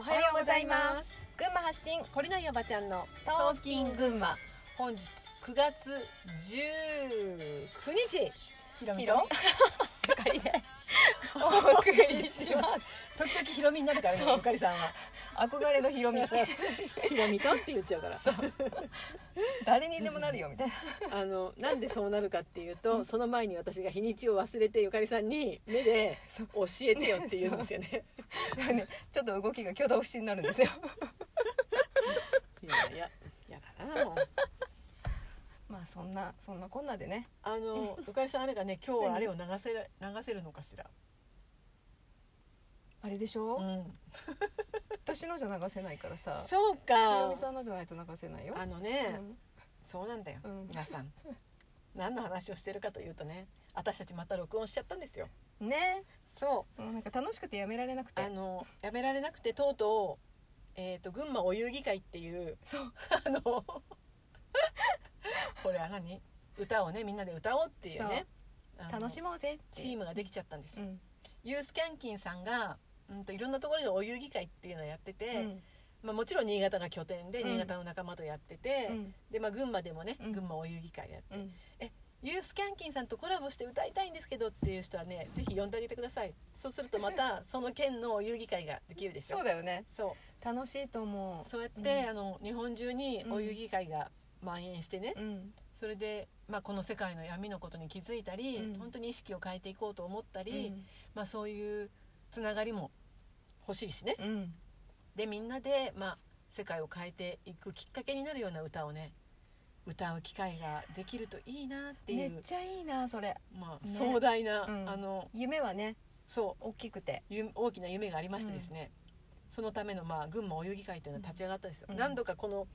はようございます群馬発信これないおばちゃんのトーキン群馬本日9月19日ひろみひとろゆかりでお送りします時々ひろみになるからねそうゆかりさん は憧れのひろみひろみとって言っちゃうから誰にでもなるよみたいなあのなんでそうなるかっていうとその前に私が日にちを忘れてゆかりさんに目で教えてよって言うんですよねねちょっと動きが挙動不審になるんですよいやいややだなまあそんなそんなこんなでねあ のゆかりさんあれがね今日はあれを流せら流せるのかしらあれでしょ、うん私のじゃ流せないからさそうひろみかさんのじゃないと流せないよあのね、うんそうなんだよ、うん皆 さん何の話をしてるかというとね私たちまた録音しちゃったんですよねそうもうなんか楽しくてやめられなくてあのやめられなくてとうとう、えー、と群馬お遊戯会っていう そうあ のこれは何歌をねみんなで歌おうっていうねあの楽しもうぜってチームができちゃったんですよ、うんユースキャンキンさんが、うん、といろんなところでお遊戯会っていうのをやってて、うんまあ、もちろん新潟が拠点でうん新潟の仲間とやってて、うんで、まあ、群馬でもねうん群馬お遊戯会やって、うんユースキャンキンさんとコラボして歌いたいんですけどっていう人はねぜひ呼んであげてくださいそうするとま たその県の遊戯会ができるでしょそうだよねそ楽しいと思うそうやって、うんあの日本中にお遊戯会が蔓延してね、ううんそれで、まあ、この世界の闇のことに気づいたり、うん本当に意識を変えていこうと思ったうり、んまあ、そういうつながりも欲しいしねうんでみんなで、まあ、世界を変えていくきっかけになるような歌をね歌う機会ができるといいなっていめう、っちゃいいなそれまあ、ね壮大な、うんあの夢はねそう大きくてゆ大きな夢がありましてですね、そのための、まあ、群馬お遊戯会というのは立ち上がったんですよ、うん何度かこの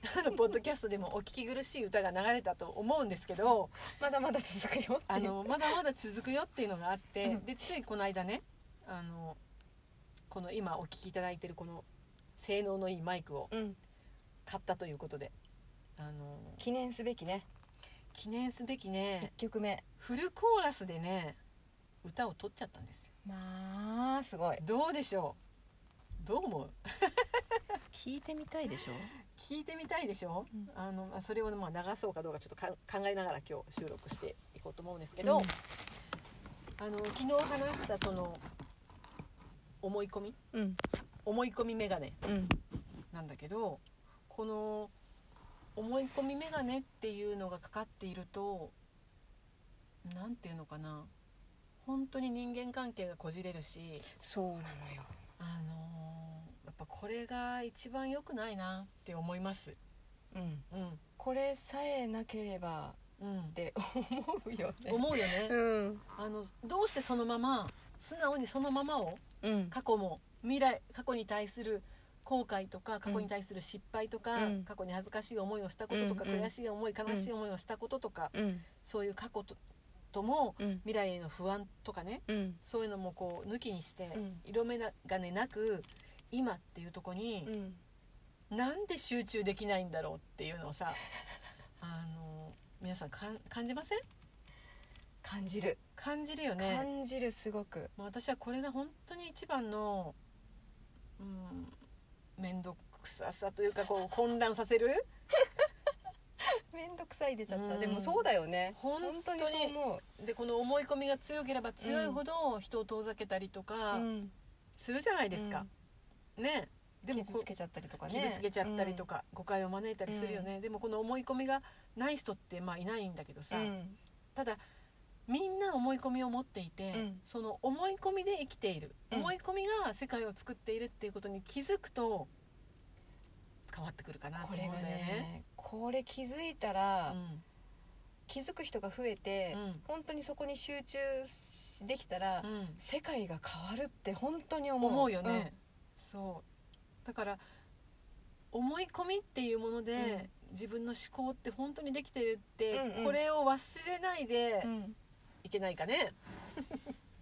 あのポッドキャストでもお聞き苦しい歌が流れたと思うんですけどまだまだ続くよっていあうのまだまだ続くよっていうのがあって、うんでついこの間ねあのこの今お聞きいただいてるこの性能のいいマイクをうん買ったということであの記念すべきね記念すべきね1曲目フルコーラスでね歌を取っちゃったんですよまあすごいどうでしょうどう思う聞いてみたいでしょ聞いてみたいでしょ、うんあのまあそれをまあ流そうかどうかちょっとか考えながら今日収録していこうと思うんですけど、うんあの昨日話したその思い込みうん思い込みメガネうんなんだけどこの思い込みメガネっていうのがかかっているとなんていうのかな本当に人間関係がこじれるしそうなのよあのーやっぱこれが一番良くないなって思います。うんうんこれさえなければうんっ、て思うよね思うよね、うんあのどうしてそのまま素直にそのままをうん過去も未来過去に対する後悔とか過去に対する失敗とか、うん過去に恥ずかしい思いをしたこととか、うんうん悔しい思い悲しい思いをしたこととか、うんそういう過去とともうん未来への不安とかねうんそういうのもこう抜きにして、うん色眼鏡なく今っていうとこにう、んなんで集中できないんだろうっていうのをさあの皆さんかん感じません感じる感じるよね。感じるすごくまあ私はこれが本当に一番のうん面倒くささというかこう混乱させるめんどくさい出ちゃっうたんでもそうだよね本本当当ににそう思でこの思い込みが強ければ強いほど人を遠ざけたりとうかうんするじゃないですか、ねでも傷こつけちゃったりとかね傷つけちゃったりとか、誤解を招いたりするよね、でもこの思い込みがない人ってまあいないんだけどうさ、んうんただみんな思い込みを持っていて、うんその思い込みで生きている、うん思い込みが世界を作っているっていうことに気づくと変わってくるかなとこ思うれんだがよね。ねこれ気づいたら気づく人が増えてうん本当にそこに集中しできたらうんうん世界が変わるって本当に思う思うよね、そうだから思い込みっていうもので、自分の思考って本当にできてるって、うんうんこれを忘れないでうんうんいけないかね、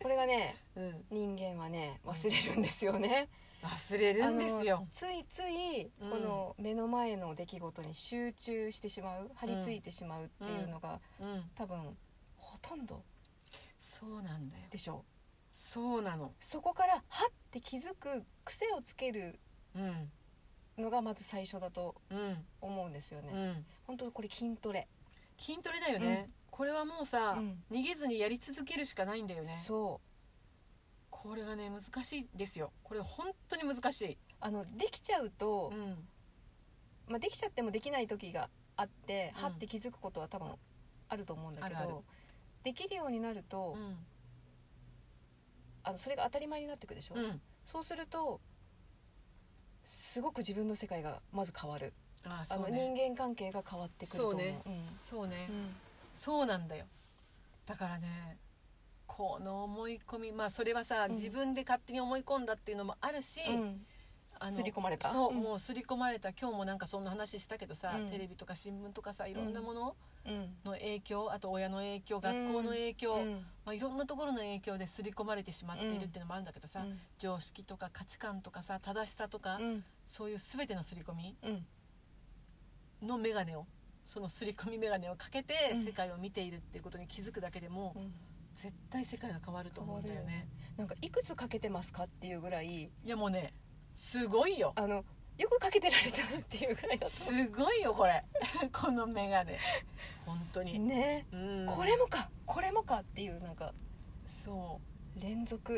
これがねうん人間はね忘れるんですよね忘れるんですよ。ついついうんこの目の前の出来事に集中してしまう張り付いてしまうっていうのがうん、多分ほとんどそうなんだよでしょうそうなのそこからはって気づく癖をつけるうんのがまず最初だとうん思うんですよね、うん本当これ筋トレ、筋トレだよね、これはもうさ、うん逃げずにやり続けるしかないんだよねそうこれがね難しいですよこれ本当に難しい、あのできちゃうと、うんまあ、できちゃってもできない時があって、うんはって気づくことは多分あると思うんだけどあるあるできるようになると、うんあのそれが当たり前になってくるでしょ、うん、そうするとすごく自分の世界がまず変わる、あああそのうね人間関係が変わってくると思そううねうんそうね、うんそうなんだよだからねこの思い込みまあそれはさ、うん自分で勝手に思い込んだっていうのもあるし、うんあの刷り込まれたそう、んもう刷り込まれた今日もなんかそんな話したけどさ、うんテレビとか新聞とかさいろんなものうんの影響あと親の影響ん学校の影響、うんまあ、いろんなところの影響で刷り込まれてしまっているっていうのもあるんだけどさ、うん常識とか価値観とかさ正しさとか、うんそういう全ての刷り込みうんの眼鏡をその刷り込み眼鏡をかけてうん世界を見ているっていうことに気づくだけでも、うん絶対世界が変わると思うんだよね変わるよなんかいくつかけてますかっていうぐらいいやもうねすごいよあのよくかけてられたなっていうぐらいだとすごいよこれ この眼鏡本当に、ね、うん、これもかこれもかっていうなんかそ連続、う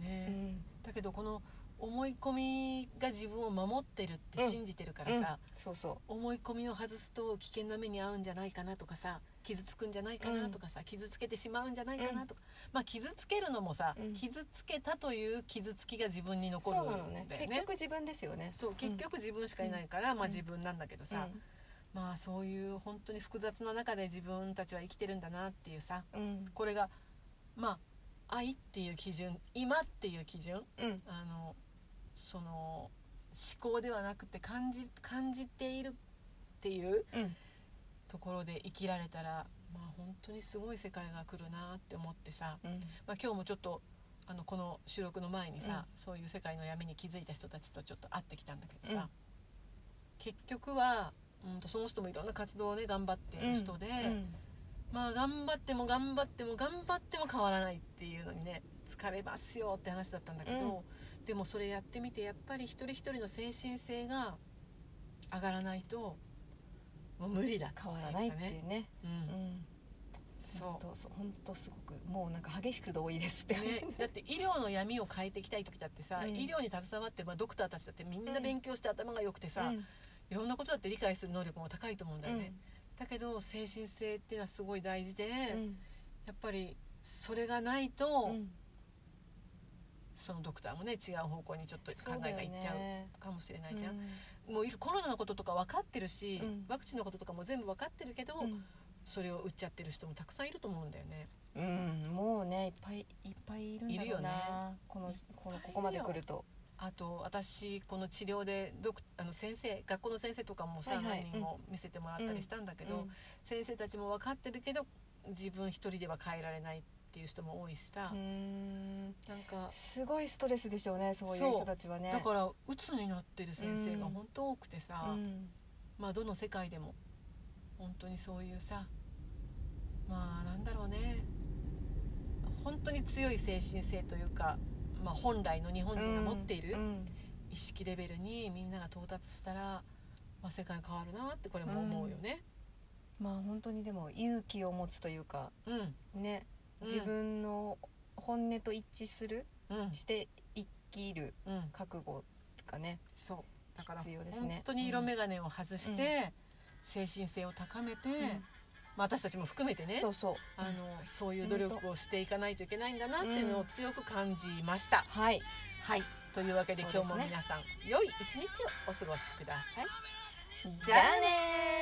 うね、ん、だけどこの思い込みが自分を守ってるって信じてるからさ、そうそ思い込みを外すと危険な目に遭うんじゃないかなとかさ傷つくんじゃないかなとかさ、傷つけてしまうんじゃないかなとか、まあ傷つけるのもさ、うん傷つけたという傷つきが自分にう残るそんうだなよのねねそう結局自分ですよね結局自分しかいないから、まあうん自分なんだけどさ、まあそういう本当に複雑な中で自分たちは生きてるんだなっていうさうんうんこれがまあ愛っていう基準今っていう基準うんあのその思考ではなくて感じ感じているっていううんところで生きられたら、まあ、本当にすごい世界が来るなって思ってさ、うんまあ、今日もちょっとあのこの収録の前にさ、そういう世界の闇に気づいた人たちとちょっと会ってきたんだけどさ、うん結局は、うん、とその人もいろんな活動をね頑張っている人で、うんまあ頑張っても頑張っても頑張っても変わらないっていうのにね疲れますよって話だったんだけど、でもそれやってみてやっぱり一人一人の精神性が上がらないともう無理だ変わらないってうかねいうねううんんそうそう本当すごくもうなんか激しく同意ですってう、感じね、だって医療の闇を変えていきたい時だってさ、うん医療に携わってる、まあ、ドクターたちだってみんなうん勉強して頭が良くてさ、うんいろんなことだって理解する能力も高いと思うんだうよんね、だけど精神性っていうのはすごい大事で、やっぱりそれがないと、うんそのドクターもね違う方向にちょっと考そうだえよがいっねちゃうかもしれないじゃん、うんもういるコロナのこととか分かってるし、うんワクチンのこととかも全部分かってるけど、うんそれを打っちゃってる人もたくさんいると思うんだよねうん、もうねいっぱいいっぱいいるんだいるろようねな、このこのここまで来ると、あと私この治療でドクあの先生学校の先生とかもさ、はいはい何人も見せてもらったりしたんだけど、先生たちも分かってるけど自分一人では変えられないっていう人も多いしさ、うんうんなんか、すごいストレスでしょうねそういう人たちはねだから鬱になってる先生がうん本当多くてさ、うんまあどの世界でも本当にそういうさまあなんだろうね本当に強い精神性というか、まあ、本来の日本人が持っているうん意識レベルにみんなが到達したら、まあ、世界変わるなってこれも思うよね。まあ本当にでも勇気を持つというかうん、ねうん自分の本音と一致する、うんして生きるうん、覚悟がねそうだから必要ですね本当に色眼鏡を外して、精神性を高めて、んまあ、私たちも含めてねそうそうあのそういう努力をしていかないといけないんだなっていうのを強く感じました。はいはい、というわけでそう今ですね日も皆さん、良い一日をお過ごしください。じゃあねー